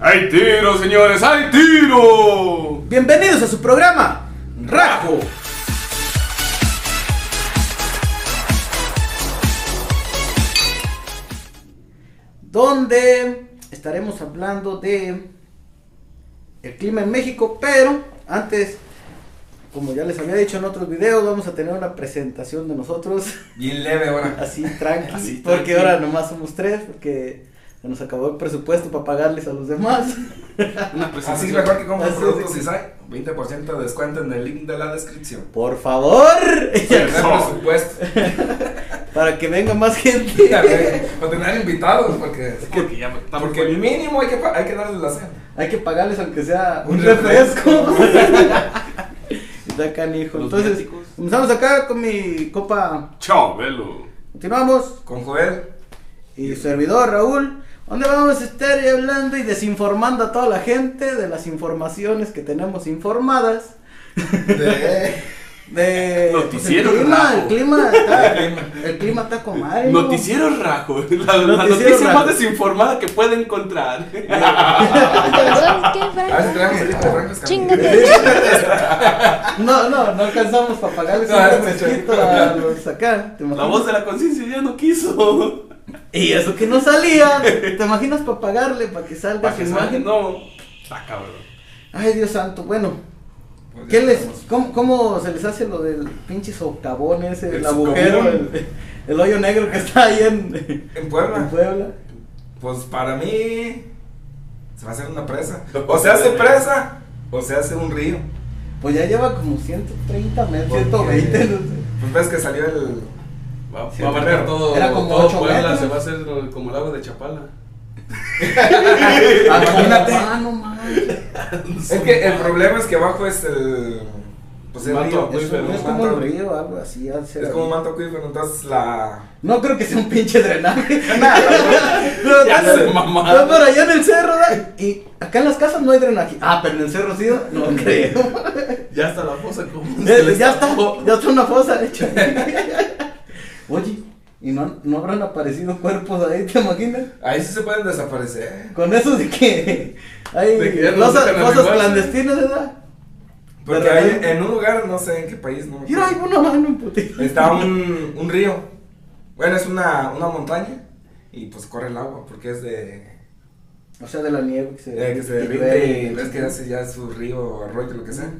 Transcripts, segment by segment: ¡Hay tiro, señores! ¡Hay tiro! Bienvenidos a su programa, Rajo. Donde estaremos hablando de el clima en México, pero antes, como ya les había dicho en otros videos, vamos a tener una presentación de nosotros, Bien leve ahora. así tranqui, Así, porque tranqui. ahora nomás somos tres, porque se nos acabó el presupuesto para pagarles a los demás. Una presentación. Así es mejor que compras Así es. productos Isai. 20% de descuento en el link de la descripción. Por favor, Tener Eso. presupuesto. para que venga más gente. O tener invitados, porque. Porque ya me estamos Porque poniendo- mínimo hay que, pa- hay que darles la cena. Hay que pagarles aunque sea un Un refresco. refresco. Está canijo. Los Entonces, viáticos. comenzamos acá con mi copa. Chao, velo. Continuamos. Con Joel. Y su servidor, Raúl. Donde vamos a estar hablando y desinformando a toda la gente de las informaciones que tenemos informadas. De. De pues, Noticiero el clima, Rajo. el clima está, el clima está con madre. ¿no? Noticiero Rajo. La, la Noticiero noticia Rajo. más desinformada que puede encontrar. ¿Qué A ver si Franco? traemos el libro de Franco Escamilla. Pues Chingate. Ah, No, no, no alcanzamos para pagarles Ah, No, un no, refresquito no. a los acá. ¿te La imaginas? voz de la conciencia ya no quiso. Y eso que no salía. ¿Te imaginas para pagarle, para que salga Para su que salga, imagen? No. Está cabrón. Ay, Dios santo. Bueno, Pues ya ¿qué les, estamos. cómo, cómo se les hace lo del pinche socavón ese, el, El agujero, socavón. el, el hoyo negro que está ahí en, En en Puebla. Puebla? Pues para mí. Se va a hacer una presa. O se hace presa, o se hace un río. Pues ya lleva como 130 metros, Porque- 120, no sé. Pues ves que salió el. Va, Sí, va a abarcar pero todo, era como todo ocho Puebla, metros. se va a hacer como el agua de Chapala. Ah, Imagínate. no manches. Es que el problema es que abajo es el. Pues el Manto río. Uy, Es, pero un- es un como manto- un río, algo así. ha de ser Es como un algo. manto acuífero, entonces la. No creo que sea un pinche drenaje. no, Ya no, se no, mamaron. no, pero allá en el cerro, ¿verdad? Y acá en las casas no hay drenaje. Ah, pero en el cerro sí, no creo. Ya está la fosa común. Eh, ya está, ya está una fosa, de hecho. Oye, ¿y no, no habrán aparecido cuerpos ahí, te imaginas? Ahí sí se pueden desaparecer. Con eso de que hay De que ya no cosas, dejan cosas arrimarse. clandestinas, ¿verdad? Porque Pero- hay en un lugar, no sé en qué país, no me Mira, hay acuerdo, una mano en puti. Está un, un río. Bueno, es una, una montaña. Y pues corre el agua, porque es de. O sea, de la nieve que se, de Eh, que se derrite y ves que hace ya su río, arroyo, lo que sea.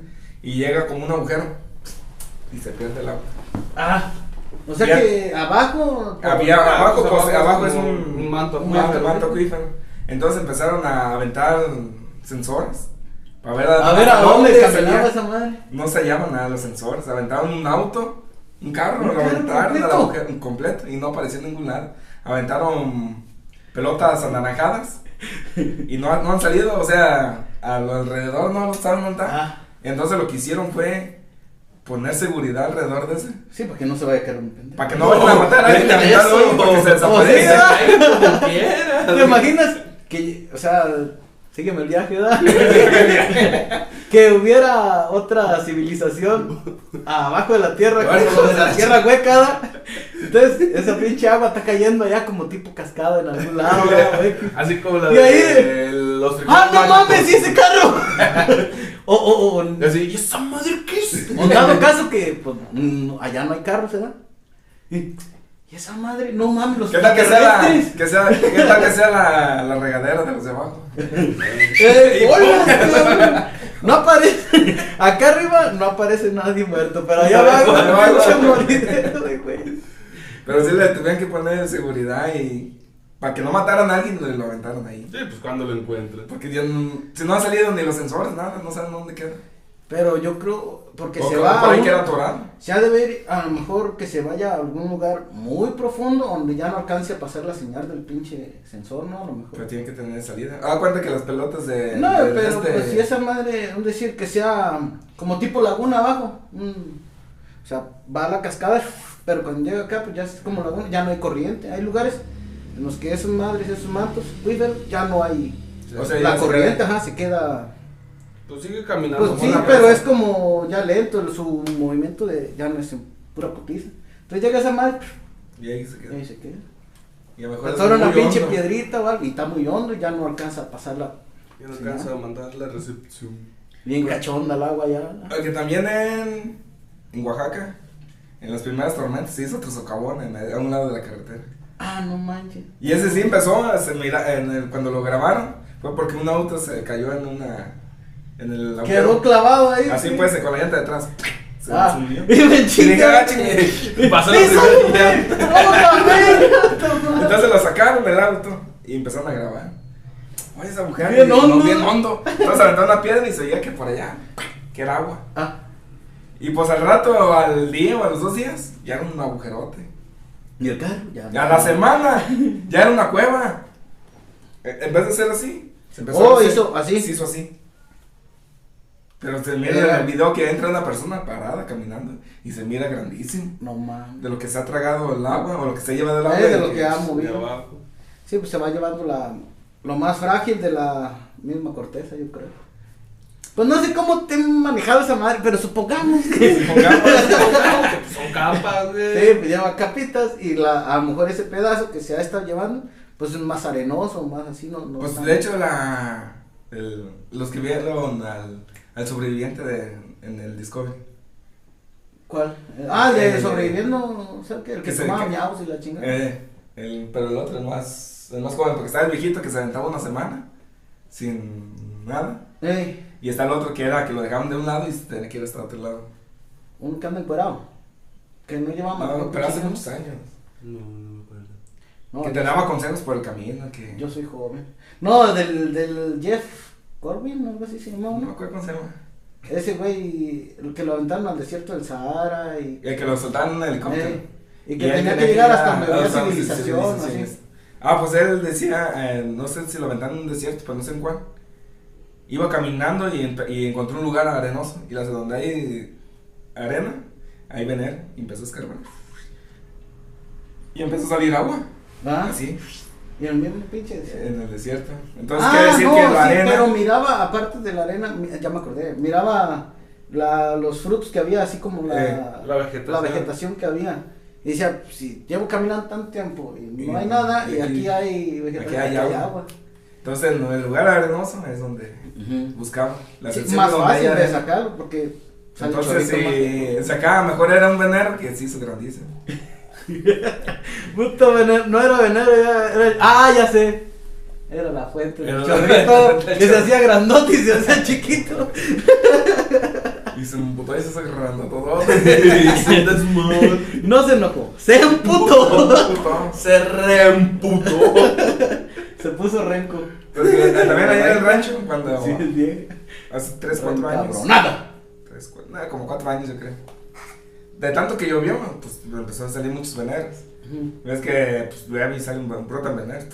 Y llega como un agujero. Y se pierde el agua. Ah, o sea Ya- que abajo. Había Ah, abajo, pues, pues, abajo es abajo es como un, un manto un manto- acuífero. manto acuífero. Entonces empezaron a aventar sensores. Para ver A ver, ¿a dónde se caminaba veía. esa madre? No se hallaban nada los sensores. Aventaron un auto, un carro, ¿Un lo carro aventaron al completo? agujero en completo y no apareció en ningún lado. Aventaron pelotas anaranjadas y no, han- no han salido, o sea, a lo alrededor no lo saben montar. Ah, Entonces lo que hicieron fue poner seguridad alrededor de ese. sí, para que no se vaya a caer un pendejo. Para que no vayan a matar a alguien deja aventado eso. ahí porque se O sea, desaparece. como quieras. ¿Te imaginas que, o sea, sígueme el viaje, ¿verdad? que hubiera otra civilización abajo de la tierra, Ay, como hijo de de la la tierra hueca, ¿verdad? Entonces, esa pinche agua está cayendo allá como tipo cascada en algún lado, ¿verdad, güey? Así como la Y de ahí- los ¡Ah, no Mágicos. mames! ¡Sí, ese carro! o, o, o, Y Así, ¿y esa madre qué es? o dado caso que, pues, mm, allá no hay carros, ¿verdad? Y y esa madre, no mames, los ¿Qué tal que sea, la, extraterrestres. que sea, qué tal que sea la, la regadera de los de abajo? Eh, hola, cabrón. no aparece. Acá arriba no aparece nadie muerto, pero allá abajo Allá abajo. pinche moridero de güey. Pero sí le tuvieron que poner seguridad y para que no mataran a alguien lo aventaron ahí. Sí, pues cuando lo encuentras. Porque ya no- si no han salido ni los sensores, nada, no saben dónde queda. Pero yo creo, porque O se que va. por a ahí un- queda atorado. Se ha de ver, a lo mejor que se vaya a algún lugar muy profundo donde ya no alcance a pasar la señal del pinche sensor, ¿no? A lo mejor. Pero tienen que tener salida. Ah, cuenta que las pelotas de. No, del pero este- pues si esa madre, un decir que sea como tipo laguna abajo, un- o sea, va a la cascada, pero cuando llega acá, pues ya es como laguna, ya no hay corriente, hay lugares en los que esos madres, esos mantos, acuíferos, ya no hay O sea, la ya se corriente, queda- ajá, se queda, Pues sigue caminando. pues como sí, una pero presa. es como ya lento, su movimiento de, ya no es en pura putiza, entonces llega esa madre, Y ahí se y queda. ahí se queda, Y a lo mejor. le es atora una muy pinche hondo. piedrita o algo, y está muy hondo, y ya no alcanza a pasar la Ya no Sí, alcanza ¿no? a mandar la recepción. Bien Pues cachonda el agua ya. Porque Ah, también en, en Oaxaca, en las primeras tormentas, se hizo otro socavón en- a un lado de la carretera. Ah, no manches. Y ese sí empezó, a se mira- en el- cuando lo grabaron, fue porque un auto se cayó en una... En el Quedó agujero. clavado ahí. Así sí. pues, con la llanta de atrás. Se Ah, hundió. y me Y dije, chinga. ah, chingue. Pasó la Písale, primera güey. Vamos a ver. Entonces lo sacaron del auto y empezaron a grabar. Oye, esa mujer Bien no, hondo. bien hondo. Entonces aventaron una piedra y se veía que por allá, que era agua. Ah, Y pues al rato, al día o a los dos días, ya era un agujerote. y el carro ya. Y a la semana, ya era una cueva. E- En vez de ser así, se Oh, a hacer- hizo así. Se hizo así. Pero se mira Era- en el video que entra una persona parada caminando y se mira grandísimo. No mames. De lo que se ha tragado el agua o lo que se lleva del agua. Es de y lo que ha De movido. abajo. Sí, pues se va llevando la, lo más frágil de la misma corteza, yo creo. Pues no sé cómo te han manejado esa madre, pero supongamos que. sí, Supongamos que son capas, güey. pues lleva capitas y la, a lo mejor ese pedazo que se ha estado llevando, pues es más arenoso, más así, no. no Pues tan- de hecho la el- los que vieron al, al sobreviviente de, en el Discovery. ¿Cuál? Ah, de Eh, sobreviviendo, o sea, que el que que se- tomaba que- miaos y la chingada. Eh, el, pero el otro, el más, el más joven, porque está el viejito que se aventaba una semana sin nada. Ey, Y está el otro que era que lo dejaban de un lado y se tenía que ir hasta otro lado. un que anda encuerado. Que no llevaba No, más. pero hace muchos años. No, no me acuerdo. No, que te daba consejos por el camino, que... yo soy joven. No, del, del Jeff Corbin, algo así se llamaba, no me ¿no? acuerdo cómo se llama. Ese güey, el que lo aventaron al desierto del Sahara y. El que lo soltaron en el helicóptero. eh, y que él Ah, tenía que llegar hasta a- donde a había las otras civilización, civilizaciones. así. Ah, pues él decía, eh, no sé si lo aventaron en un desierto, pero no sé en cuál. Iba caminando y, empe- y encontró un lugar arenoso. Y las donde hay arena, ahí ven él y empezó a escarbar. Y empezó a salir agua, ¿Ah? así, Y el mismo pinche desierto. en el desierto. Entonces ah, quiere decir no, que sí, la arena. pero miraba, aparte de la arena, mi- ya me acordé, miraba la, los frutos que había, así como la, Eh, la vegetación. la vegetación que había. Y decía, si llevo caminando tanto tiempo y no Y- hay nada, y, y aquí, aquí- hay vegetación, aquí hay agua. Entonces en el lugar arenoso es donde buscaba. La Sí, sección más donde hay fácil de arena. sacarlo porque sale Entonces chorrito más. si sacaba mejor era un venero que se hizo grandísimo. Puto veneno, no era veneno, era, era- Ah, ya sé. Era la fuente Era del la- chorrito del que se chorro. hacía grandote y se hacía chiquito. Y se emputó y se agarrando todo. Se desmod- No se enojó, se emputó. Se reemputó. se puso renco. Entonces, también allá en el rancho, cuando Sí, el Diego. hace 3, 4 años. Cabronada. Tres, cuatro, nada, como 4 años yo creo. De tanto que llovió, pues empezó a salir muchos veneros. Ujú. Ves que pues, voy a avisar un, un brote en venero.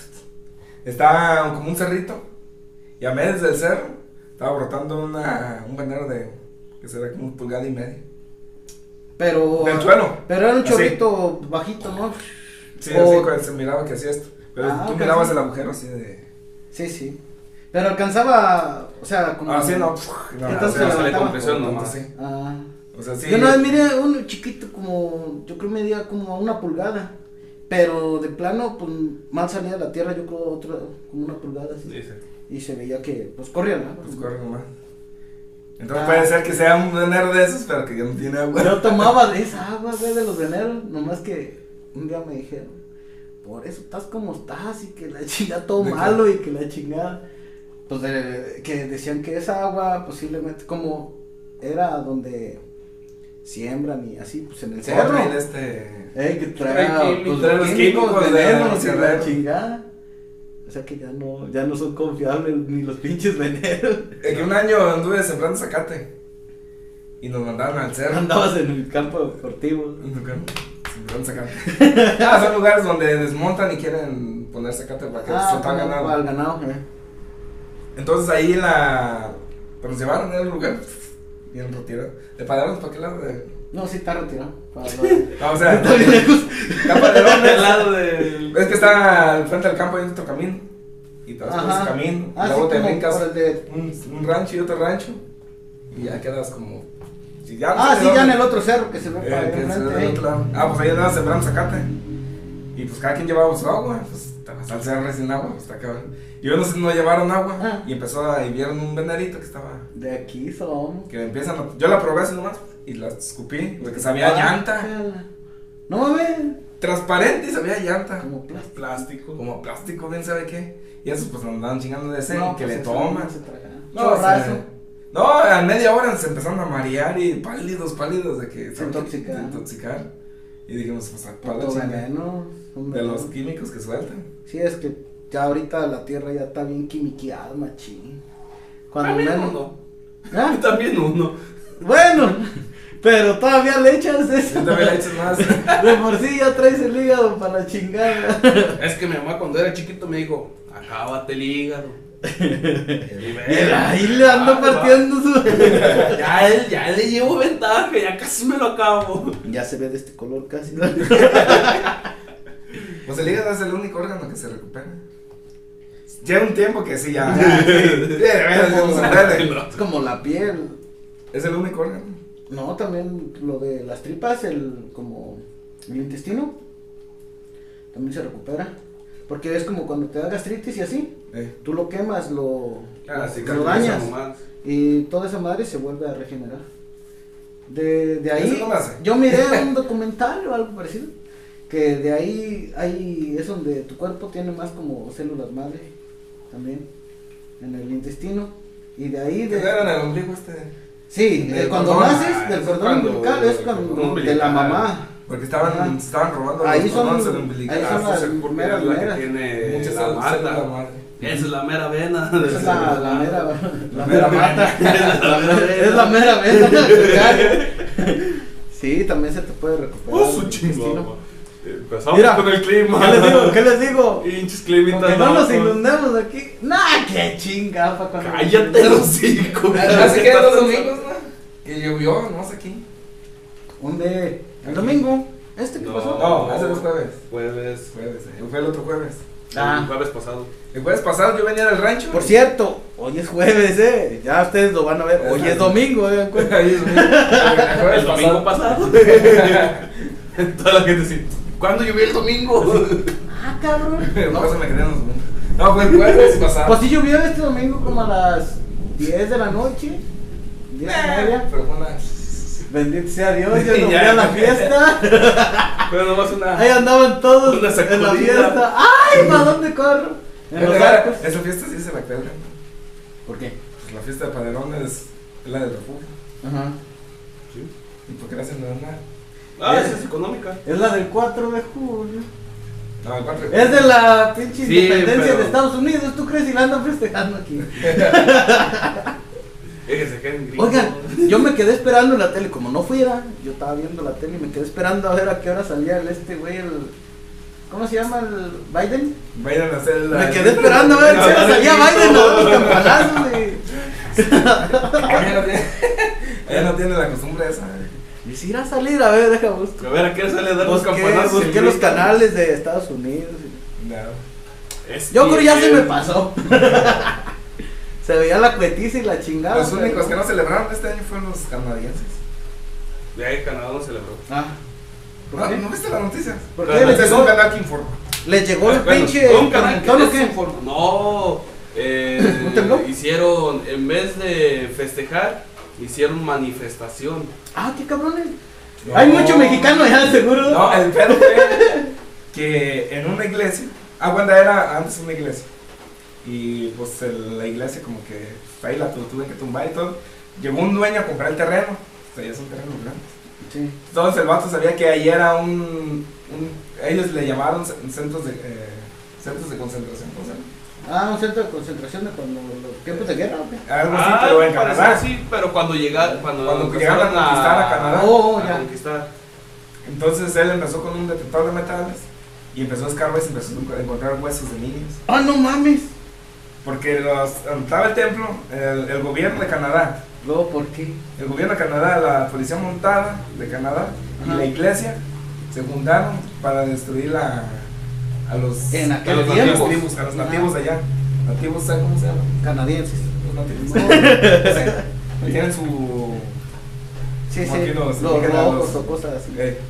Estaba ¿eh? como un cerrito. Y a medio del cerro estaba brotando una, un venero de. que será como un pulgada y media. Pero. Del suelo. Pero era un Así. chorrito bajito, ¿no? Sí, O- así cuando se miraba que hacía esto. Pero Ah, tú ok, mirabas sí. el agujero así de. Sí, sí. Pero alcanzaba. O sea, como. Así ah, no. no, Entonces o sea, se se le levantaba. compresión Tanto, nomás. sí. Ah. O sea, sí. Yo una vez miré uno chiquito, como, yo creo medía como a una pulgada, pero de plano, pues, mal salía de la tierra, yo creo otra, como una pulgada, así, Dice. y se veía que, pues, corría, ¿no? Pues corre nomás. Entonces Ah. puede ser que sea un venero de esos, pero que ya no tiene agua. Yo tomaba de esa agua, güey, de los veneros, nomás que un día me dijeron, por eso estás como estás, y que la chingada todo ¿De qué? malo, y que la chingada, pues, de- que decían que esa agua posiblemente, como, era donde siembran y así, pues, en el cerro. Otra, y de este. Ey, que Trae trae químicos, pues, trae los químicos de venenos los y la guerreros. chingada. O sea que ya no, ya no son confiables ni los pinches veneros. Es que un año anduve sembrando zacate. Y nos mandaron al cerro. Andabas en el campo deportivo. Sembrando zacate. ah, son lugares donde desmontan y quieren poner zacate para que se como tenga para el Ah, ganado. ganado. eh. Entonces ahí la. Pero nos llevaron a un lugar. Bien retirado. ¿Le pagaron para qué lado? De... No, sí está retirado. Para lo- Ah, o sea, Está bien lejos. ya pagaron Del lado del. Es que está al frente del campo hay otro camino. Y te vas por Ajá. ese camino. Ah, y luego sí, te como brincas por el de- un, un rancho y otro rancho. Y ya quedas como. si ya no Ah, sé sí, de ya en dónde- el otro cerro que se ve eh, para allá que se ve enfrente, del eh. otro lado. Ah, pues ahí andaba sembrando zacate. Y pues cada quien llevaba su agua. Pues puta, la salsa era sin agua, pues, está cabrón. Y unos no llevaron agua Ah. y empezó a, y vieron un venadito que estaba, De aquí somos. que empiezan a, yo la probé así nomás y la escupí, porque Ah. sabía llanta, No mames. transparente y sabía llanta. Como plástico. Plástico. Como plástico, bien sabe qué. Y esos pues andaban chingando de ese, No, que pues le eso toman. no se traga. No, o sea, Chorrazo. no, a media hora se empezaron a marear y pálidos, pálidos de que Se intoxican. de intoxicar. Y dijimos, pues a Puto la chingada. veneno. un De los veneno. químicos que sueltan. Sí, es que ya ahorita la tierra ya está bien quimiqueada, machín. Cuando También menos. uno. ¿Ah? También uno. Bueno, pero todavía le echas eso. Yo también le he hecho más. De por sí ya traes el hígado para la chingada. Es que mi mamá cuando era chiquito me dijo, acábate el hígado. Y él ahí le ando Ah, partiendo su. va. Ya, él- ya le llevo ventaja, ya casi me lo acabo. Ya se ve de este color casi. Pues el hígado es el único órgano que se recupera. Lleva un tiempo que sí, ya. ya, sí. Sí, de veras, ya no se puede. Es como la piel. Es el único órgano. No, también lo de las tripas, el como el intestino, también se recupera. Porque es como cuando te da gastritis y así, Eh, tú lo quemas, lo, Ah, sí, lo dañas y toda esa madre se vuelve a regenerar. De, de ahí, Eso no me hace. yo miré un documental o algo parecido, que de ahí, ahí es donde tu cuerpo tiene más como células madre, también, en el intestino. Y de ahí, ¿Qué de, era en el ombligo este? Sí, Del eh, cuando cordón, naces ah, del es cordón cuando- umbilical es del cuando cordón de la umbilical. mamá. Porque Ajá. estaban, se estaban robando Ahí los son- hormonas del ahí umbilical. son Ah, las- sí, Esa porque meras, es la meras. que tiene Muchas la células de la mata. madre. Esa es la mera vena. Esa es la, la mera, la La mera mera mata. La mera vena. Es la mera meta. Sí, también se te puede recuperar. Oh, su el chingo. intestino. Empezamos Mira, con el clima. ¿Qué les digo? ¿Qué les digo? Pinches climitas. Con que no nos locos. inundemos aquí. Nah, qué chinga. pa' cuando- Cállate los cinco. Así Ah, que los domingos, ¿no? Que llovió, no sé aquí. ¿Dónde? El domingo. ¿Este qué pasó? No, Ah, hace dos jueves. Jueves. Jueves, eh, Fue el otro jueves. Ah. El jueves pasado. El jueves pasado yo venía del rancho. Por cierto, hoy es jueves, eh. Ya ustedes lo van a ver. Hoy es domingo, eh. Ahí es domingo. El jueves El domingo pasado. pasado. Toda la gente dice, ¿cuándo llovió el domingo? Ah, cabrón. Por eso me quedé pues, en los domingos. No, fue el jueves pasado. Pues sí llovió este domingo como a las 10 de la noche. 10 y media. Pero fue una. Bendito sea Dios, yo no Ya. fui a la fiesta. Pero nomás una. Ahí andaban todos Una en la sacudida. fiesta. ¡Ay, para dónde corro! En los arcos. Esa fiesta sí se la cuelgan. ¿Por qué? Pues la fiesta de Paderón es la del refugio. Ajá. ¿Y por qué la hacen en la- Ah, esa es económica. Es la del 4 de julio. No, el cuatro. Es de la pinche Sí, independencia pero- de Estados Unidos. ¿Tú crees y la andan festejando aquí? Fíjese que en gringo. Oigan, yo me quedé esperando la tele, como no fuera, yo estaba viendo la tele y me quedé esperando a ver a qué hora salía el este güey, el... ¿Cómo se llama? ¿El Biden? Vayan a hacer la. me quedé esperando a ver a qué hora salía Biden a los campanazos y... Ella Ah, no tiene, ella no tiene la costumbre esa. Y si irá a salir, a ver, deja buscar. A ver, ¿a qué sale a dar los Busqué, campanazos? busqué los canales de Estados Unidos. y- No. Es Yo creo ya se eh. bien. me pasó. se veía la cuetiza y la chingada. Los pero- únicos que no celebraron este año fueron los canadienses. De ahí Canadá no celebró. Ah. ¿Por Ah, No, qué? ¿No viste las noticias? ¿Por Pero qué? no ¿Les Este es un llegó, canal que informa. les llegó el Bueno, pinche... un canal que ¿Todo lo les que? informó. No. eh, ¿Un temblor? Hicieron, en vez de festejar, hicieron manifestación. Ah, qué cabrones. Hay mucho mexicano allá, seguro. No, el pedo fue que en una iglesia, Aguanda era antes una iglesia. Y pues el- la iglesia como que pues, ahí la tu- tuve que tumbar y todo. Llegó un dueño a comprar el terreno. O sea, ya es un terreno grande. Sí. Entonces el vato sabía que ahí era un, un- ellos le llamaron ce- centros de eh, centros de concentración. ¿cómo se llama? Ah, un centro de concentración de cuando los tiempos de guerra, ¿o qué? Algo así, pero en Ah, parece Canadá. que sí, pero cuando llegaron, cuando, Cuando empezaron llegaron a conquistar a Canadá. Oh, ya. a conquistar. Entonces él empezó con un detector de metales y empezó a escarbar y se empezó a encontrar huesos de niños. Ah, no mames. Porque los, estaba el templo, el, el gobierno de Canadá, Luego, ¿por qué? el gobierno de Canadá, la policía montada de Canadá Ajá. y la iglesia se juntaron para destruir la, a los, En a aquel los tiempo. nativos, tribus, a los nativos de allá. Nativos, ¿saben cómo se llama? Canadienses. Los nativos. no sé, tienen su... Sí, Como sí. aquí Los los rojos mexicanos. o cosas así. eh,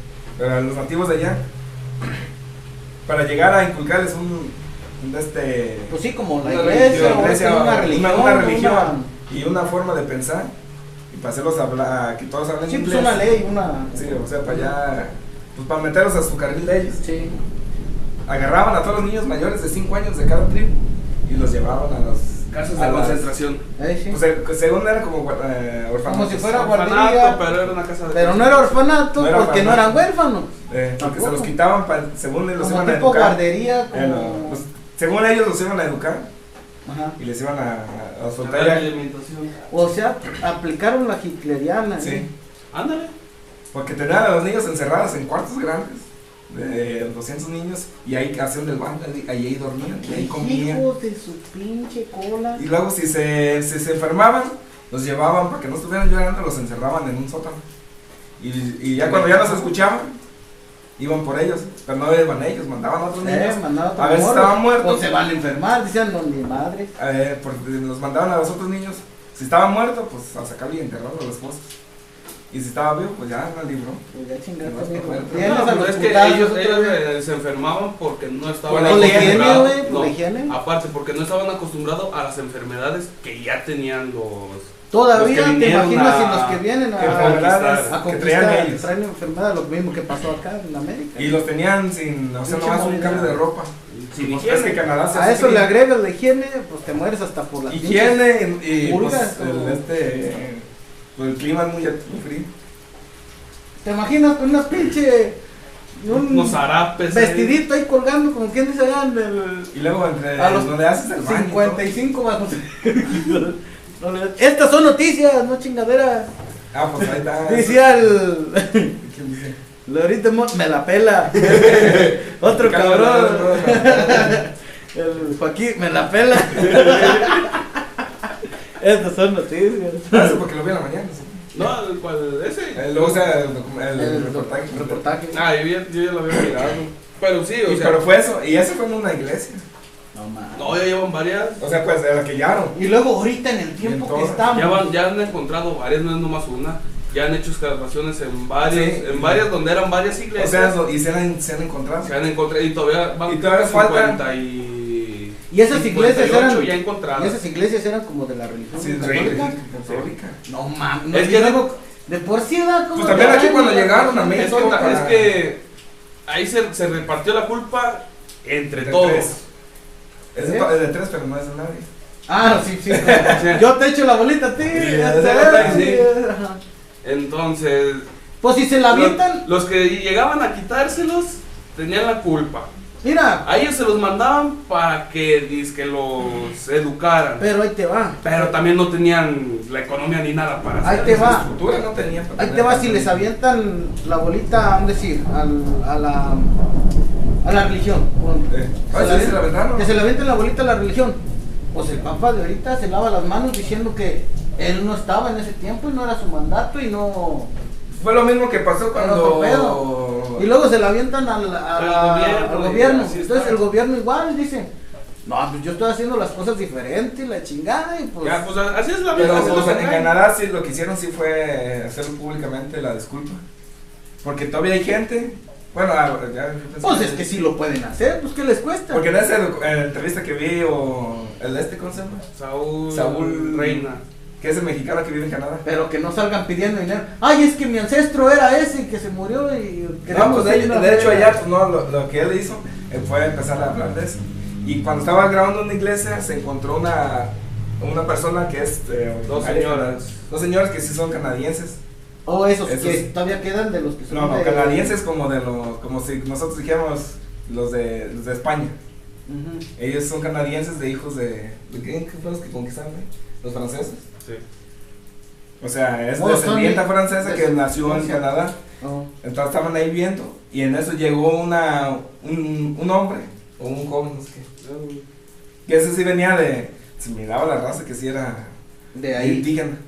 a los nativos de allá, para llegar a inculcarles un, un este, Pues sí, como la Una iglesia, religión, o es iglesia, como una una- religión. una religión una- y una forma de pensar y para hacerlos hablar, que todos hablen Sí, pues inglés. una ley, una. Sí, o sea, para allá, pues para meterlos a su carril de ellos. Sí. Agarraban a todos los niños mayores de 5 años de cada tribu y los llevaban a los Casas a de las- concentración. Ahí sí. Pues, eh, según era como guar- eh, orfanatos. Como si fuera guar- Guardería. Orfanato, pero era una casa de Pero no era orfanato No era porque no eran orfanato. huérfanos. Eh, porque se Tampoco. los quitaban pa- según los Como iban a tipo educar. guardería, Eh, no, como. pues, según ellos los iban a educar Ajá. y les iban a, a Era soltar. de ya- alimentación. O sea, aplicaron la hitleriana. Sí. ¿eh? Ándale. Porque tenían a los niños encerrados en cuartos grandes de 200 niños y ahí hacían del baño, ahí ahí dormían, y ahí comían. Hijos de su pinche cola. Y luego si se, si se enfermaban, los llevaban para que no estuvieran llorando, los encerraban en un sótano. Y, y ya cuando ya los escuchaban, iban por ellos, pero no iban ellos, mandaban a otros niños. Eh, mandaba tu A veces morro. estaban muertos. O se van a enfermar, decían, no, ni madre. A ver, porque los mandaban a los otros niños. Si estaba muerto, pues a sacarlo y enterrarlo a los pozos. Y si estaba vivo, pues ya al libro. Pues ya No, chingaste, es mijo. que no, Vienes No, a pero los es que putazos ellos, otra ellos vez. eh, se enfermaban porque no estaban Por la higiene, acostumbrados. güey, por la higiene. Aparte, porque no estaban acostumbrados a las enfermedades que ya tenían los. los Todavía que te vinieron imaginas a- si los que vienen que a, conquistar. a enfermedades que traían conquistar ellos. traen enfermedad, lo mismo que pasó acá en América. Y los tenían sin, o sea, Pinche nomás un movilidad. cambio de ropa. Sin Pues, higiene. es que Canadá se a hace eso le frío. agregas la higiene, pues te mueres hasta por las pinches- Higiene y, y, pues, pulgas, el, o- este, pues, el clima es muy muy frío. Te imaginas con unas pinche. Un unos harapes. eh. ahí. vestidito ahí colgando, como quien dice allá en el. Y luego entre A los donde haces el baño. y todo. 55 bajo. No le- Estas son noticias, no chingaderas. Ah, pues ahí está. Decía el. ¿Quién dice? Lorito Mo- me la pela. Otro Ricardo cabrón. Hernández, El Joaquín me la pela. Estas son noticias. ¿no? Ah, eso porque lo vi en la mañana. sí. No, el cual. Ese. Eh, Luego o sea, el, docu- el reportaje. reportaje. Ah, yo ya, yo ya lo había mirado. Pero sí, o Y, sea. pero fue eso, y eso fue en una iglesia. No mames. No, ya llevan varias. O sea, pues de la que llegaron. Y luego ahorita en el tiempo todo. que estamos. Ya, van, ya han encontrado varias, no es nomás una. Ya han hecho excavaciones en varios, Sí. en varias donde eran varias O iglesias. sea, eso- y se han, se han encontrado. se han encontrado y todavía van Y todavía 50 y Y esas 58 iglesias eran- ya Y encontradas. esas iglesias eran como de la religión Sí, católica. rey- católica. No mames. Es y que- luego, de por sí da como. Pues también que aquí van cuando y la- llegaron a Es que, México. ta- para- es que ahí se, se repartió la culpa entre Entre todos. tres. Es de, to- es de tres, pero no es de nadie. Ah, sí, sí. Yo te echo la bolita a ti. Sí, ya sí, sabes, sí. sí, ajá. Entonces, Pues si se la lo- avientan, los que llegaban a quitárselos tenían la culpa. mira. A ellos se los mandaban para que dizque los educaran. Pero ahí te va. Pero también no tenían la economía ni nada para Ahí hacer. te va. Estructura no tenía. para Ahí tener te va, tanto si les niño. avientan la bolita, vamos a decir, al- a la, a la religión. pon. Eh, ah, sí, se la aventaron. Que se le avientan la bolita a la religión. Pues el papa de ahorita se lava las manos diciendo que él no estaba en ese tiempo y no era su mandato y no... Fue lo mismo que pasó otro cuando. pedo. Y luego se la avientan al, a Al la- gobierno, al y gobierno. así Entonces está. el gobierno igual dice, no, pues yo estoy haciendo las cosas diferentes, la chingada y pues... Ya, pues así es la vida. Pero así es lo pues, que en hay. Canadá sí lo que hicieron sí fue hacer públicamente la disculpa. Porque todavía hay gente. Bueno, ah, ya. pues es que sí lo pueden hacer, pues ¿qué les cuesta? Porque en esa edu- eh, entrevista que vi, o. El este, ¿cómo se llama? Saúl, Saúl Reina. Que es el mexicano que vive en Canadá. Pero que no salgan pidiendo dinero. Ay, es que mi ancestro era ese y que se murió y No, pues de, ir a de hecho ver. allá, pues no, lo, lo que él hizo eh, fue empezar a hablar de eso. Y cuando estaba grabando en una iglesia, se encontró una, una persona que es... eh, Dos originaria- señoras. Dos señoras que sí son canadienses. O Oh, esos, Esos- que todavía quedan de los que son No, no, de- canadienses como de los, como si nosotros dijéramos los de, los de España. Ujú. Ellos son canadienses de hijos de... ¿De quién qué fueron los que conquistaron? güey? Los franceses. Sí. O sea, es Oh, son descendiente francesa que descendiente. nació en Canadá. Oh. Entonces estaban ahí viendo y en eso llegó una, un, un hombre o un joven, no sé qué. Que ese sí venía de. Se miraba la raza que sí era De ahí. indígena.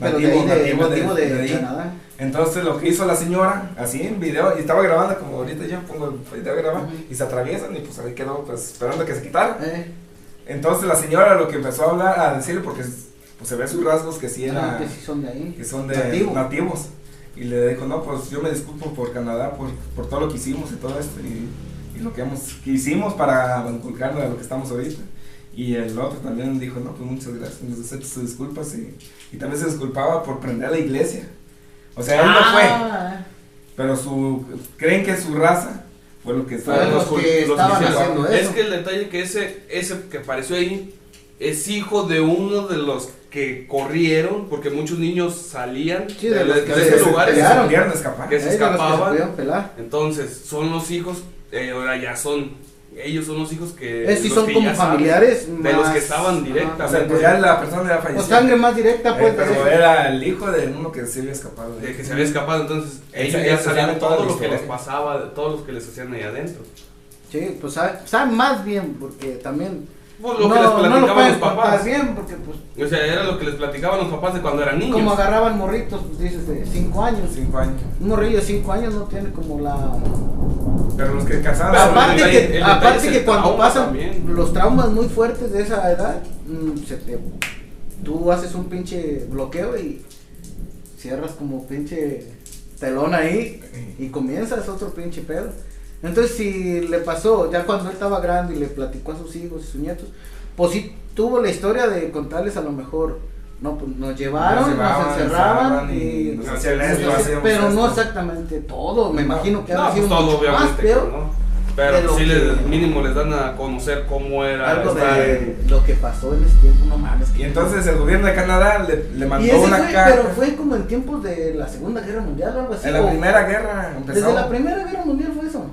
Pero de nativo, ahí, de nativo de- nativo de, de ahí. Canadá. Entonces lo que hizo la señora, así en video, y estaba grabando como ahorita yo pongo el video a grabar, Ujú. y se atraviesan y pues ahí quedó pues esperando que se quitara. Eh, Entonces la señora lo que empezó a hablar, a decirle, porque pues, se ve sus rasgos que sí ah, era, que sí son de ahí. que son de Nativo. nativos. Y le dijo, no, pues yo me disculpo por Canadá, por, por todo lo que hicimos y todo esto. Y, y y lo que, hemos, que hicimos para volcarnos a lo que estamos ahorita. Y el otro también dijo, no, pues muchas gracias, nos acepto sus disculpas y, y también se disculpaba por prender la iglesia. O sea, él no fue, Ah, pero su, creen que su raza fue lo que estaba... Fue los cul- que estaban hicieron. haciendo Es eso. que el detalle que ese, ese que apareció ahí es hijo de uno de los que corrieron, porque muchos niños salían Sí, de, de los de que esos se lugares. pelearon. pudieron escapar. que se ahí de los escapaban. pudieron pelar. Entonces, son los hijos, eh, ahora ya son, ellos son los hijos que... Es si los son que como ya saben. familiares. de los más- que estaban directamente. O sea, pues ya la persona ya Ajá. falleció. O sangre más directa, Eh, pues. pero de- era el hijo de uno que se había escapado. de- de pues que se había escapado, entonces ellos Esa- ya esa sabían sabe toda todo la lo que les historia. pasaba, de todo lo que les hacían ahí adentro. Sí, pues sabe, sabe más bien, porque también. Pues lo que les no lo platicaban pueden los contar papás. bien, porque pues. O sea, era lo que les platicaban los papás de cuando eran niños. Como agarraban morritos, pues dices, de 5 años. Cinco años. Un morrillo de 5 años no tiene como la. Pero los que alcanzaban Pero a papá- aparte el que, detalle- el aparte detalle es que el cuando trauma pasan también. los traumas muy fuertes de esa edad, mm, se te, tú haces un pinche bloqueo y cierras como pinche telón ahí y comienzas otro pinche pedo. Entonces si le pasó, ya cuando él estaba grande y le platicó a sus hijos y sus nietos, pues sí tuvo la historia de contarles a lo mejor, no, pues nos llevaron, nos, llevaban, nos encerraban encerraban y y... nos nos hacían hacían esto, hacíamos pero no esto. exactamente todo, me imagino que No, ha pues sido todo mucho más, obviamente, pero... ¿no? de Pero lo sí, que- les, mínimo les dan a conocer cómo era Algo estar de en- lo que pasó en ese tiempo, no mames. Y entonces el gobierno de Canadá le, le Y mandó ese una fue, carta. pero fue como en tiempos de la Segunda Guerra Mundial o algo así. En la o- primera guerra empezó. Desde la Primera Guerra Mundial fue eso.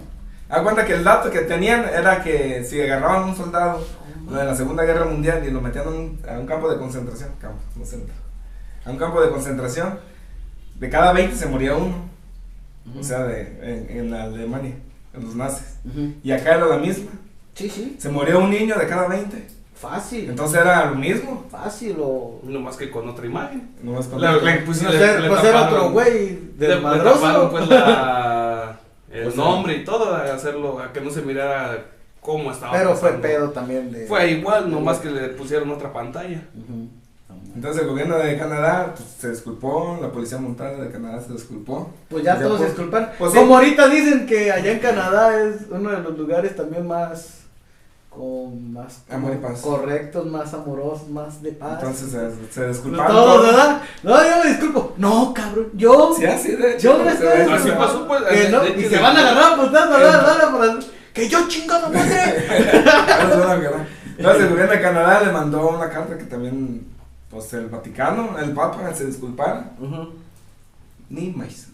Haz cuenta que el dato que tenían era que si agarraban a un soldado de la Segunda Guerra Mundial y lo metían a un, a un campo de concentración, campo, no centro, a un campo de concentración, de cada 20 se moría uno. O sea, de, en, en la Alemania, en los nazis. Ujú. Y acá era la misma. Sí, sí. Se murió un niño de cada 20. Fácil. Entonces era lo mismo. fácil o. No más que con otra imagen. No más con- La- la- pues, no le- sé, le pues era taparon- otro güey Le, del le taparon, madroso. pues la, el Pues, nombre y todo, a hacerlo, a que no se mirara cómo estaba. Pero fue pasando. pedo también de. Fue igual, nomás que le pusieron otra pantalla. Ujú. Entonces el gobierno de Canadá pues, se disculpó, la policía montada de Canadá se disculpó. Pues ya todos se pues, disculpan. pues sí. como ahorita dicen que allá en Canadá es uno de los lugares también más. Con más Amor y paz. correctos, más amorosos, más de paz. Entonces se, se disculparon. Pues Todos, ¿verdad? No, yo me disculpo. No, cabrón. Yo. Sí, así de Yo no no sé, estoy- Así no. pasó, pues. que eh, no, de y que se de- van a agarrar pues tanto, Eh. ¿verdad? ¿verdad? Por- Que yo chingada madre. Eso es lo que no. Entonces el gobierno de Canadá le mandó una carta que también, pues el Vaticano, el Papa se disculpara. Ni más.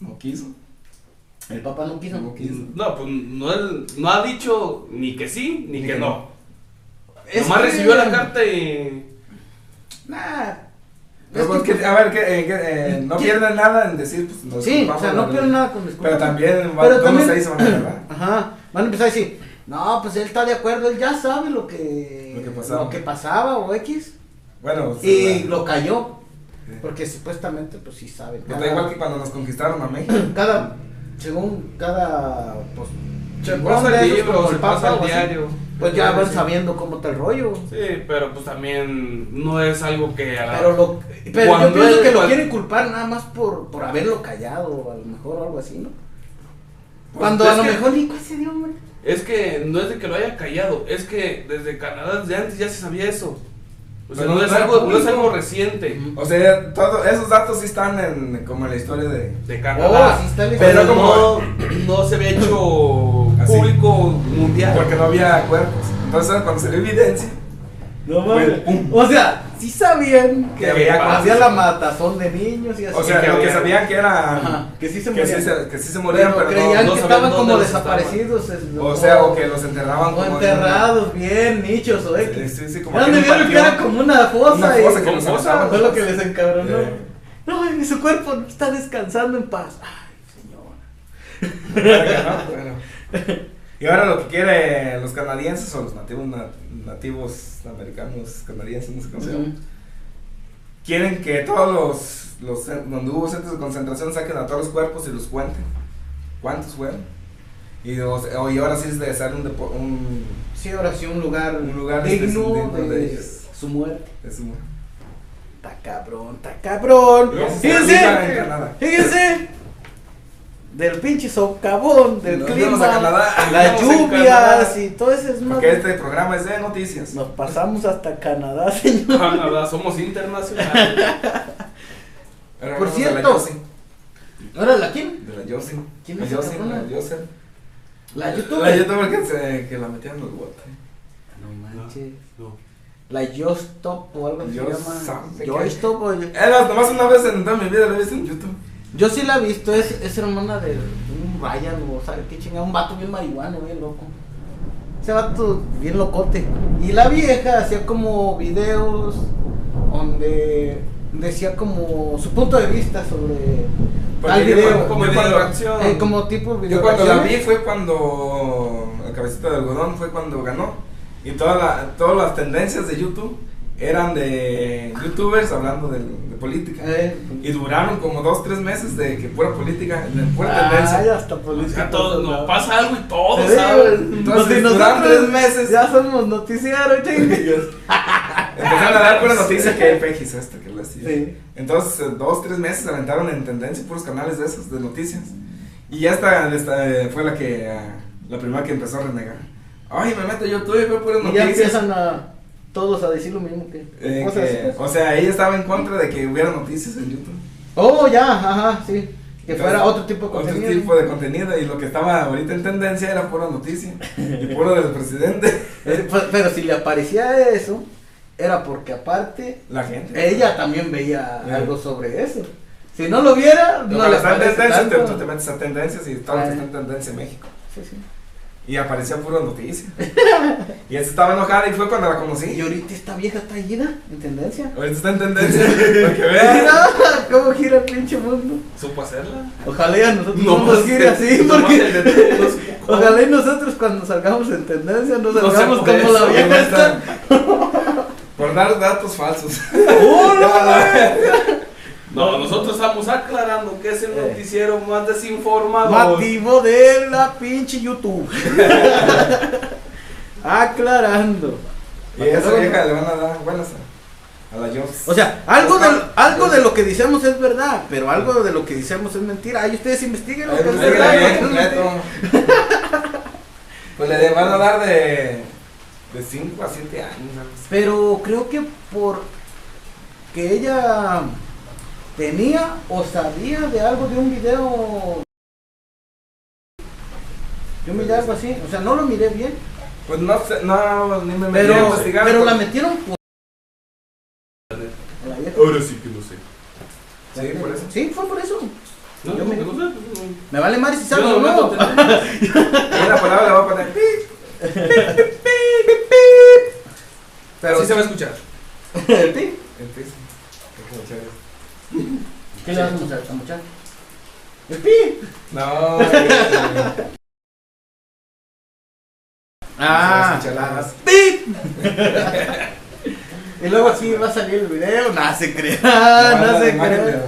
No quiso. El papá no quiso. No quiso. No, pues no, él no ha dicho ni que sí, ni, Ni que, que no. Es Nomás que- recibió la carta y. Nah. Pero, Es pues, que- que- a ver, que, eh, que, eh, no ¿Qué? pierden nada en decir, pues nos Sí, o sea, no disculpamos, pierdo nada con disculpas. Pero también, Pero va- todos también- ahí se van a agarrar. Ajá. Van a empezar a decir, no, pues él está de acuerdo, él ya sabe lo que. Lo que pasaba. lo que pasaba o X. Bueno, pues, Y la- lo cayó. Sí. Porque supuestamente, pues sí sabe. Pues, da Cada- igual que cuando nos conquistaron a México. cada según cada pues Se chingón pasa de el esos, libro, como se el Papa pasa o el así, diario. pues ya van Sí. sabiendo cómo está el rollo Sí, pero pues también no es algo que. a la- pero lo pero Cuando yo pienso él- que lo cuando- quieren culpar nada más por por haberlo callado a lo mejor o algo así no Pues, cuando a es lo que- mejor ni cuál se dio hombre Es que no es de que lo haya callado, es que desde Canadá desde antes ya se sabía eso. O sea, Pero no no es era algo, no es público. algo reciente O sea, todo, esos datos sí están en, como en la historia de... de Oh, Canadá. sí está el- pero Pero no, como- no se había hecho Así. público mundial. Porque no había cuerpos. Entonces, cuando salió evidencia, no mames. o sea sí sabían que Que había hacía cuatro. la matazón de niños y así o sea, que lo que había- sabían que Ajá, era... que sí se Que sí morían se, que sí se morían, pero, no- creían no que sabían estaban dónde como los estaban. desaparecidos es- O sea, o que los enterraban o como... en- enterrados bien nichos o X Sí, sí, sí, como ¿A dónde en un vieron que era panteón. como una fosa? Una fosa y- que como los fosa, enterraban. Fue lo que les encabronó. Eh. No, y su cuerpo no está descansando en paz. Ay, señor. Verga, ¿no? Bueno. Y ahora lo que quieren los canadienses o los nativos na- nativos americanos, canadienses, no sé cómo se llama, quieren que todos los, los cen- donde hubo centros de concentración saquen a todos los cuerpos y los cuenten. ¿Cuántos fueron? Y, o sea, o- y ahora sí es de hacer un, depo- un Sí, ahora sí, un lugar, Un lugar digno descendiente de, de ellos. su muerte. es un- Está cabrón, está cabrón. Y eso se Fíjense, aplica en Canadá. fíjense. del pinche socavón, del Nos fuimos a clima, Canadá. las Estamos en lluvias Canadá. y todo ese es Porque este programa es de noticias. Nos pasamos hasta Canadá, señor. Canadá, somos internacionales. Ahora Por hablamos De la cierto. Yossi. ¿Ahora la quién? De la Yossi. ¿Quién La es esa Yossi, cabrona? la Yossi. La La youtuber. youtuber que, se, que la metieron en el bote. No manches. No. La Yostop o algo así se Yo llama. sabe qué. Yostop o yo- Era nomás una vez en toda mi vida la he visto en YouTube. Yo sí la he visto, es, es hermana de un Ryan o sabe qué chingada, un vato bien marihuano, bien loco. Ese vato bien locote. Y la vieja hacía como videos donde decía como su punto de vista sobre Porque tal Pues yo video. cuando- como Eh, video. cuando reacción. como tipo video. Yo cuando la vi reacciones. fue cuando el cabecito de algodón fue cuando ganó y toda la- todas las tendencias de YouTube eran de youtubers hablando de, de política Eh, y duraron como dos tres meses de que pura política, de pura Ay, tendencia. hasta política. Ya todos, por no, todos pasa algo y todos lados. saben. Entonces, Pues si duraron nosotros tres meses. Ya somos noticiero, chingue. Empezaron a dar pura noticia que el Peggy es esto, que lo hacía. Sí. Entonces, eh, dos, tres meses se aventaron en tendencia puros canales de esos, de noticias. Y ya esta, esta, eh, fue la que, eh, la primera que empezó a renegar. Ay, me meto yo tuve veo puras Y ya noticias. empiezan a todos a decir lo mismo que. Eh, o sea, que- sí, pues. o sea, ella estaba en contra de que hubiera noticias en YouTube. Oh, ya, ajá, sí. Que Entonces, fuera otro tipo de contenido. Otro tipo de contenido. Y lo que estaba ahorita en tendencia era pura noticia. Y puro del presidente. Eh, pues, Pero si le aparecía eso, era porque aparte La gente. ella también veía Sí. algo sobre eso. Si no lo viera, no Pero cuando le está en aparece tendencia, te, tanto. tú te metes a tendencias y todo lo que Ah. está en tendencia en México. Sí, sí. Y aparecía pura noticia. y ella estaba enojada y fue cuando la conocí. Y ahorita esta vieja está llena en tendencia. Ahorita está en tendencia. Para que vean. Mira ¿Cómo gira el pinche mundo? ¿Supo hacerla? Ojalá y a nosotros no, nos gire así, no, porque... no, no, no, no. Ojalá y nosotros cuando salgamos en tendencia No no salgamos seamos como la eso, Porque no vieja esta. están- Por dar datos falsos. ¡Oh, No, nosotros estamos aclarando que es el Eh. noticiero más desinformado. Mativo de la pinche YouTube. Aclarando. Y a esa vieja le van a dar buenas a, a la Jobs. O sea, algo de, algo de lo que decimos es verdad, pero algo de lo que decimos es mentira. Ay, ustedes investiguen lo que es Pues le verdad. lo que es completo. mentira. Pues le van a dar de. de 5 a 7 años. algo así. Pero creo que por que ella tenía o sabía de algo de un video. Yo miré algo así, o sea, no lo miré bien, Pues no sé, no, ni me metí a pero, investigar. pero la pues. metieron por. a la vieja. Ahora sí que no sé. Sí, por eso. Sí, fue por eso. No, no, Yo me- no, no, no. Me vale madre si Yo sabes no, o no, no. no, no, no. Y la palabra la va a poner. pi. Pero sí se va a escuchar. ¿Qué El piso. Déjame echar esto. le vas a mostrar, chamuchar? El pi. No, eh, Ah, chaladas. pi. Y luego así va a salir el video. Nada se crea, nada no se la imagen, crea. pero-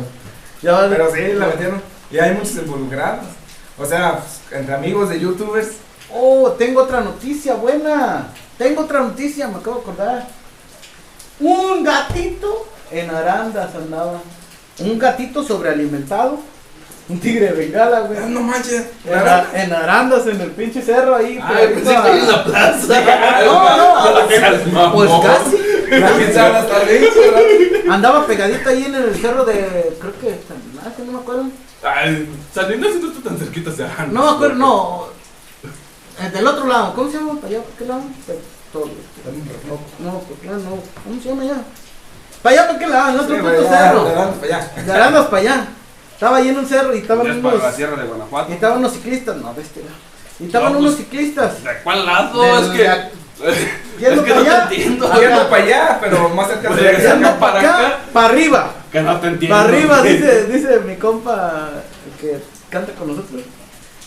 Ya va a- Pero sí, la metieron. Y hay muchos involucrados. O sea, pues, entre amigos de youtubers. Oh, tengo otra noticia buena. Tengo otra noticia, me acabo de acordar. Un gatito en arandas andaba. Un gatito sobrealimentado. Un tigre de bengala, güey. Ah, No manches. En, a- en arandas, en el pinche cerro ahí. Ay, pero pensé que iba- en la plaza. No, no, Pues Mamón. casi. La pizarra está lista. Andaba pegadito ahí en el cerro de. Creo que. San Ignacio, no me acuerdo. Ay, San Ignacio no está tan cerquita, se sea. ah, No me acuerdo, no. eh, Del otro lado, ¿cómo se llama? ¿Para allá? ¿Para qué lado? Pe- todo- No, no, no, no. ¿Cómo se llama allá? ¿Para allá? ¿Para qué lado? En otro pues, puto cerro. De Arandas para allá. Estaba ahí en un cerro y estaban Ya es para unos. la Sierra de Guanajuato. Y estaban unos ciclistas. No, bestia. Y estaban No, unos pues, ciclistas. ¿De cuál lado? Del- es que. de- es Yendo que para no te allá. entiendo. Ajá. Yendo para allá, pero más cerca Pues, de ya acá. Yendo para para acá, acá. para arriba. Que no te entiendo. Para arriba, dice, dice mi compa que canta con nosotros.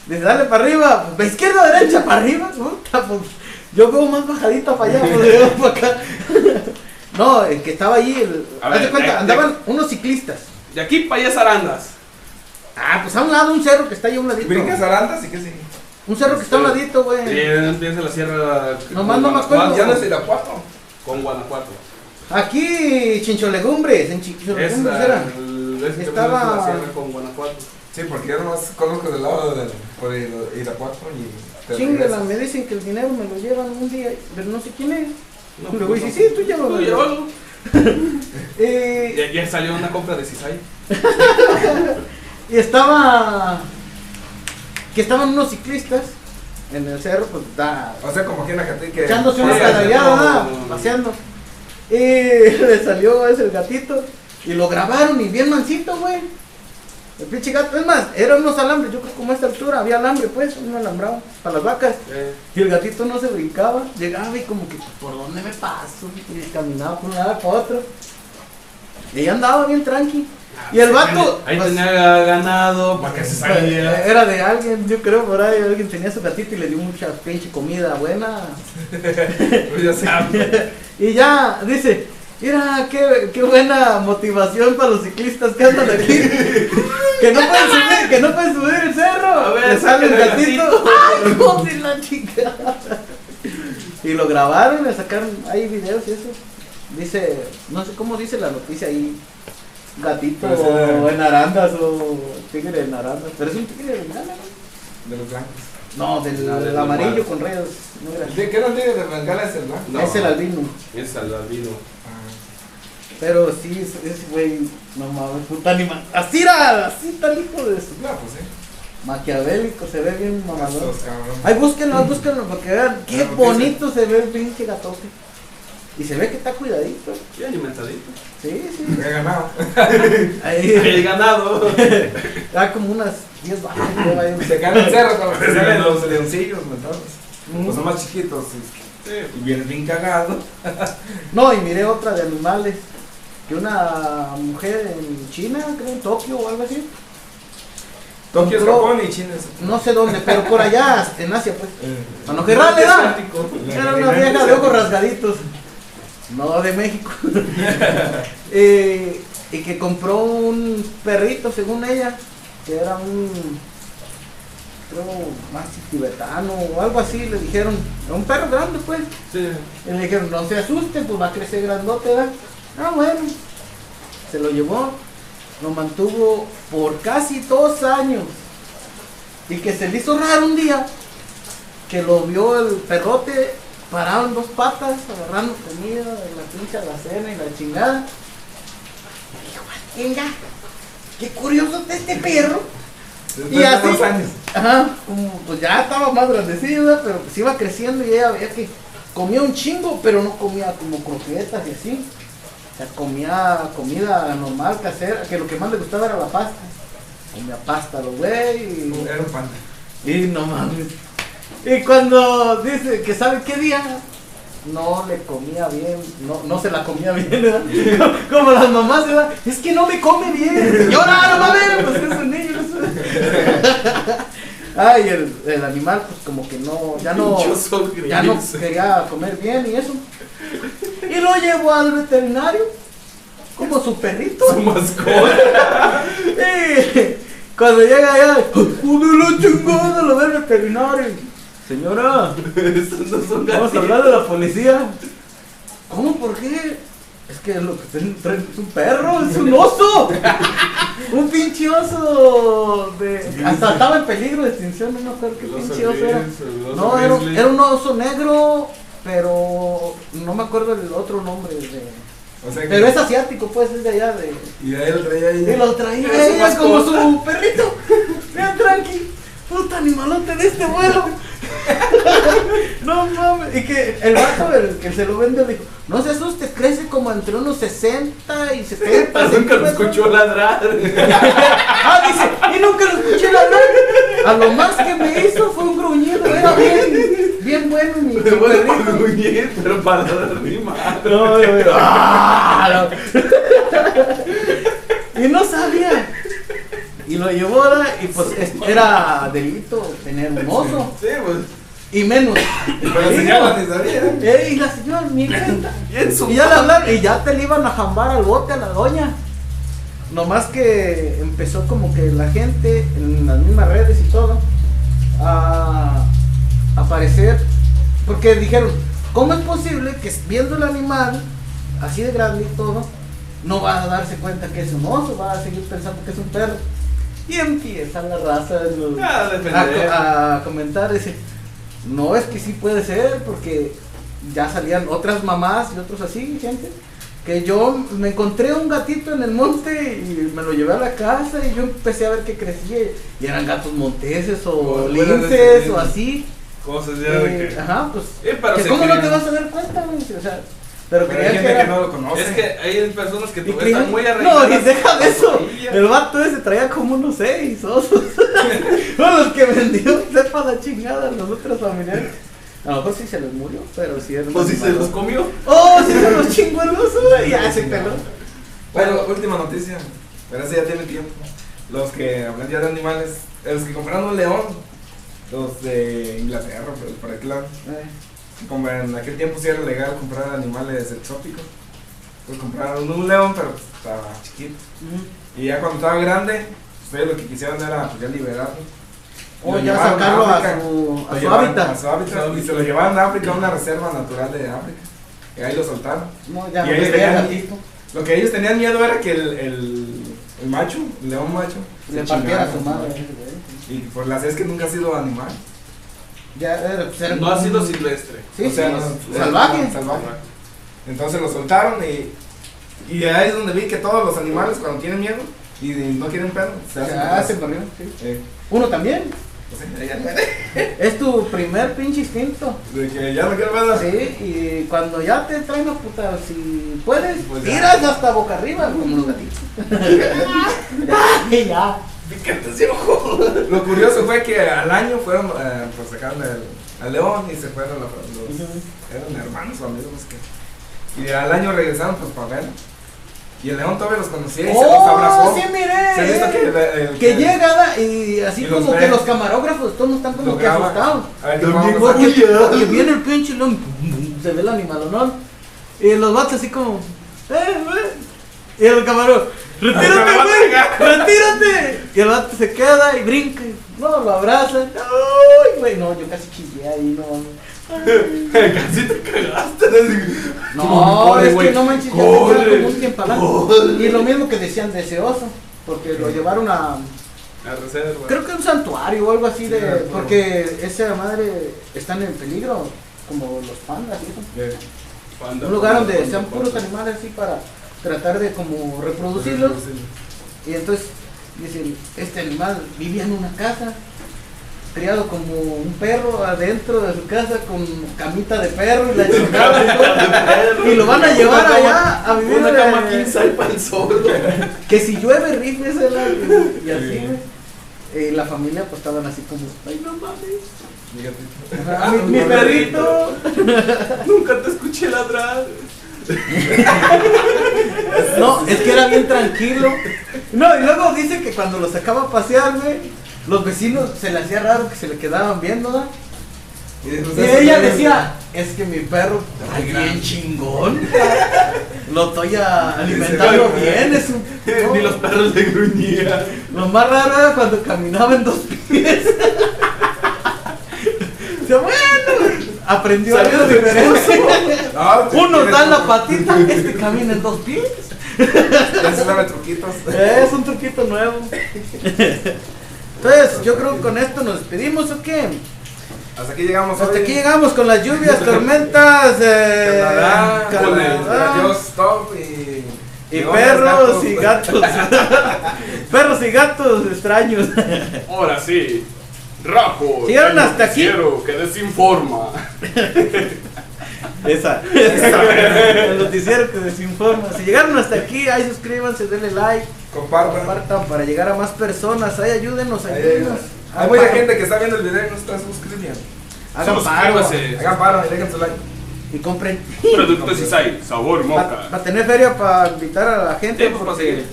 Dice, dale para arriba, pues, pa' izquierda, derecha, para arriba. puta, pues, yo veo más bajadita para allá, pues, yo para acá. No, el que estaba ahí, el, A haz de ver, cuenta, de- de- andaban unos ciclistas. De aquí para allá es Arandas. Ah, pues a un lado un cerro que está ahí a un ladito. Brincas arandas y que sí. Un cerro que está a un Sí. ladito, güey. Sí, empieza la Sierra. Nomás no me con acuerdo. Ya no Guanajuato. es Irapuato. Con Guanajuato. Aquí, chincholegumbres, en Es, chincholegumbres era. ah, el- es que Estaba- la Sierra con Guanajuato. Sí, porque yo nomás conozco del lado de por el- Irapuato y te Chingala, regresas. me dicen que el dinero me lo llevan un día, pero no sé quién es. No, Pero pues, güey, sí, no. sí, tú llévalo. Tú llévalo. Eh, Ya, ya salió una compra de Cisay. Y estaba. Que estaban unos ciclistas en el cerro, pues da. O sea, como aquí en Acatí que... Echándose una paseando. calaveada, ¿verdad? paseando. Y le salió ese el gatito. Y lo grabaron y bien mansito, güey. El pinche gato, es más, eran unos alambres, yo creo que como a esta altura había alambre, pues, un alambrado para las vacas. Eh, Y el gatito no se brincaba, llegaba y como que, "Pues, ¿por dónde me paso? Y caminaba por un lado para otro. Y ahí andaba bien tranqui. Y el vato, Ah, Ahí pues, tenía ganado pues, eh, para que se saliera. era de alguien, yo creo, por ahí alguien tenía su gatito y le dio mucha pinche comida buena. Pues ya sabes. Y ya, dice, mira, qué, qué buena motivación para los ciclistas que andan aquí. que no pueden subir, que no pueden subir el cerro. A ver, Le sale el saquen el gatito. ¡Ay, hijo de la chica! y lo grabaron, le sacaron, hay videos y eso. Dice, no sé cómo dice la noticia ahí. Gatito Pues, eh, en arandas o tigre en arandas. Pero es un tigre de bengala, De los blancos. No, No, del, No, Ah, del del amarillo normal. con rayas. negras. ¿De qué era el tigre de Bengala es el blanco? No. Es el albino. Es al albino. Ah, Pero sí, es- ese güey, no mames, puta animal. Así era, así tal hijo de su. No, pues sí. Maquiavélico, se ve bien mamador. Estos cabrón. Ay, búsquenlo, búsquenlo para que vean qué Ah, porque bonito se ve el pinche gatote. Y se ve que está cuidadito. Y alimentadito. Sí, sí. He ganado. El Ahí ganado. da como unas 10 bajas. creo, ahí. Se caen el cerro cuando se salen los leoncillos, ¿me entiendes? Mm. Pues son más chiquitos. y- Sí. Y vienen bien cagado. No, y miré otra de animales. Que una mujer en China, creo en Tokio o algo así. Tokio es Compró- Japón y China es... No sé dónde, pero por allá, en Asia, pues. Eh, A no querrarle, ¿verdad? Era una vieja de ojos rasgados. rasgaditos. No, de México. Eh, y que compró un perrito, según ella, que era un, creo, más tibetano o algo así. Le dijeron, era un perro grande, pues. Sí. Y le dijeron, no se asuste, pues va a crecer grandote, ¿verdad? Ah, bueno. Se lo llevó, lo mantuvo por casi dos años. Y que se le hizo raro un día, que lo vio el perrote parado en dos patas, agarrando comida de la pincha, la cena y la chingada. Y dijo, "Ah, venga, qué curioso está este perro. Y así- Dos años. Ajá, como, pues ya estaba más grandecida, pero pues iba creciendo y ella veía que comía un chingo, pero no comía como croquetas y así. O sea, comía comida normal, casera, que lo que más le gustaba era la pasta. Comía pasta, lo güey. y- Era un panda. Y no mames. Y cuando dice que sabe qué día, no le comía bien, no, no se la comía bien, ¿verdad? Como las mamás, ¿verdad? Es que no me come bien. Yo no, no mames, pues es un niño. es- Ay, el, el animal, pues como que no, ya no, Yo soy ya no gris. quería comer bien y eso. Y lo llevó al veterinario, como su perrito. Su mascota. Eh, Cuando llega allá, uno lo chingada, lo ve el veterinario. Señora, Estos no son vamos a gatitos. hablar de la policía. ¿Cómo? ¿Por qué? Es que lo que ten- traen es un perro, es un oso. Un pinche oso. De... Hasta estaba en peligro de extinción, no me acuerdo qué Los pinche oso era. Andes, el oso No, era, grizzly. era un oso negro, pero no me acuerdo el otro nombre. de- O sea que- Pero es asiático, pues, es de allá de... Y ahí lo traía ahí. Y lo traía Era su ella como mascota. su perrito. Vean, tranqui. Puta animalote de este vuelo. no mames. Y que el vato, el que se lo vende, le dijo: No se asustes, crece como entre unos 60 y 70. Nunca lo centímetros". escuchó ladrar. Ah, dice: Y nunca lo escuché hablar. A lo más que me hizo fue un gruñido. Era bien, bien bueno mi, mi Me voy a perrito. gruñir, pero para dar rima. No, no, no. ¡Ah! No. Y no sabía. Y lo llevó ¿verdad? y pues es- era delito tener un oso. Sí, pues. Y menos. Pero Y señala, ni digo, sabía. "Ey, y la señora ni cuenta. Y en su Y ya le hablaron y ya te le iban a jambar al bote a la doña. Nomás que empezó como que la gente en las mismas redes y todo a aparecer. Porque dijeron, ¿cómo es posible que viendo el animal así de grande y todo, no va a darse cuenta que es un oso, va a seguir pensando que es un perro? Y empieza la raza de los- Ah, defender. a, a comentar, dice, no es que sí puede ser, porque ya salían otras mamás y otros así, gente. Que yo me encontré un gatito en el monte y me lo llevé a la casa y yo empecé a ver que crecía. Y eran gatos monteses Bueno, o linces bueno, o así. Cosas ya de Eh, que. ajá, pues. Eh, pero que se ¿Cómo no te crean. vas a dar cuenta, güey? O sea, pero Pero hay creía que, gente que, era- no lo conoce. Es que hay personas que y todavía creía- están muy No, arregladas. y deja de eso. Cosillas. El vato ese traía como unos seis osos. Son los que vendió, sepa la chingada, los otros familiares. A lo mejor sí se los murió, pero sí es Pues si se los comió. ¡Oh, sí se los chingó el oso! Y ya se peló. Bueno, última noticia. Pero ese ya tiene tiempo. Los que hablan ya de animales, eh, los que compraron un león, los de Inglaterra, pues, por aquel lado. Eh, Como en aquel tiempo sí era legal comprar animales exóticos. Pues compraron un león, pero pues, estaba chiquito. mm. Y ya cuando estaba grande, ustedes lo que quisieron era pues, ya liberarlo. Y O lo Oh, ya llevaron sacarlo a África. su, Lo a su llevaron A hábitat. su hábitat. Y se lo llevaban a África, a una reserva natural de África. Y ahí lo soltaron. No, ya Y no ahí quería tenían- gatito. Lo que ellos tenían miedo era que el, el, el macho, el león macho, Le se partiera a chingara su madre. Y por las es que nunca ha sido animal. Ya era, pues, era No ha un- sido silvestre. Sí, o sea, sí, no- salvaje. no, salvaje. Entonces lo soltaron y, y ahí es donde vi que todos los animales cuando tienen miedo y no quieren perro, se hacen. Ya pedazos. se corrió. sí. Eh, Uno también. o sea, ya, ya- Es tu primer pinche instinto. de que ya no quiero perro. Sí, y cuando ya te traen los putas, si puedes, Pues ya. tiras hasta boca arriba, como los gatitos. y ya. Lo curioso fue que al año fueron, eh, pues sacaron el- al león y se fueron los, los- eran hermanos o amigos. Que, y al año regresaron pues para verlo. Y el león todavía los conocía y se los ¡Oh! abrazó. ¡Sí, ¿Se han visto que, miré! el- el- Que el- llega y así Y los como ve. que los camarógrafos todos están como Lo que graba. asustados. A ver, ¿qué Porque, vamos a Eh, hacer? porque viene el pinche león, pum, pum, se ve el animal, ¿no? Y los vatos así como, ¡eh, eh! Y el camarón, ¡retírate, Me va a güey! ¡Retírate! Y el vato se queda y brinca. y No, lo abraza. ¡Ay, güey! No, yo casi chillé ahí, no mames. Casi te cagaste. No, Corre, es güey, que no manches, ya corre. tenía como un tiempalán. Corre. Y lo mismo que decían de ese oso, porque lo llevaron a, La reserva. creo que a un santuario o algo así, de, Sí, claro. porque esa madre están en peligro, como los pandas. y eso. Eh, Panda, Un lugar panda, donde panda, sean panda. puros animales así para tratar de como reproducirlos. pues, Y entonces, dicen, este animal vivía en una casa, criado como un perro adentro de su casa con camita de perro y la chingada y todo. Y lo van a llevar Una allá a cama- vivir Una eh, cama king size para el sol. Que si llueve, rifles el árbol, y así, Sí. güey. Eh, la familia pues estaban así como, ay no mames, Fíjate. Ajá, Ah, mi, mi Un perrito. Nunca te escuché ladrar. No, es que era bien tranquilo. No, y luego dice que cuando lo sacaba a pasear, güey, los vecinos se le hacía raro que se le quedaban viendo, ¿verdad? Y Y después- ella decía, es que mi perro está Muy grande. bien chingón. Lo estoy ah, alimentando Sí, sí, bien, es un... Ni los perros le gruñían. Lo más raro era cuando caminaba en dos pies. O sea, bueno, aprendió algo Salió de diferente. No, te- Uno tienes da la truco. patita, este camina en dos pies. Ya se sabe truquitos. Es un truquito nuevo. Entonces, Pues, yo creo que con esto nos despedimos o qué? Hasta aquí llegamos. Hasta hoy. aquí llegamos con las lluvias, tormentas, eh, Canadá, con el Canadá. adiós stop y, Y y perros gatos. pues, y gatos. perros y gatos extraños. Ahora sí. Rajo. ¿Llegaron hasta aquí? Quiero que desinforma. Esa. El noticiero que desinforma. Si llegaron hasta aquí, ahí suscríbanse, denle like, Compartan. compartan para llegar a más personas. Ahí ayúdenos, Hay, ayúdenos. hay mucha gente que está viendo el video y no está suscribiendo. Hagan paro. Suscríbase. Hagan paro y dejen su like. Y compren. eh, Productos Isai. Sabor Para moca. tener feria para invitar a la gente. Sí, pues, para porque seguir.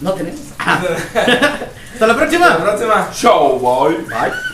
no tenemos. Hasta la próxima. Hasta la próxima. Chao, bye. Bye.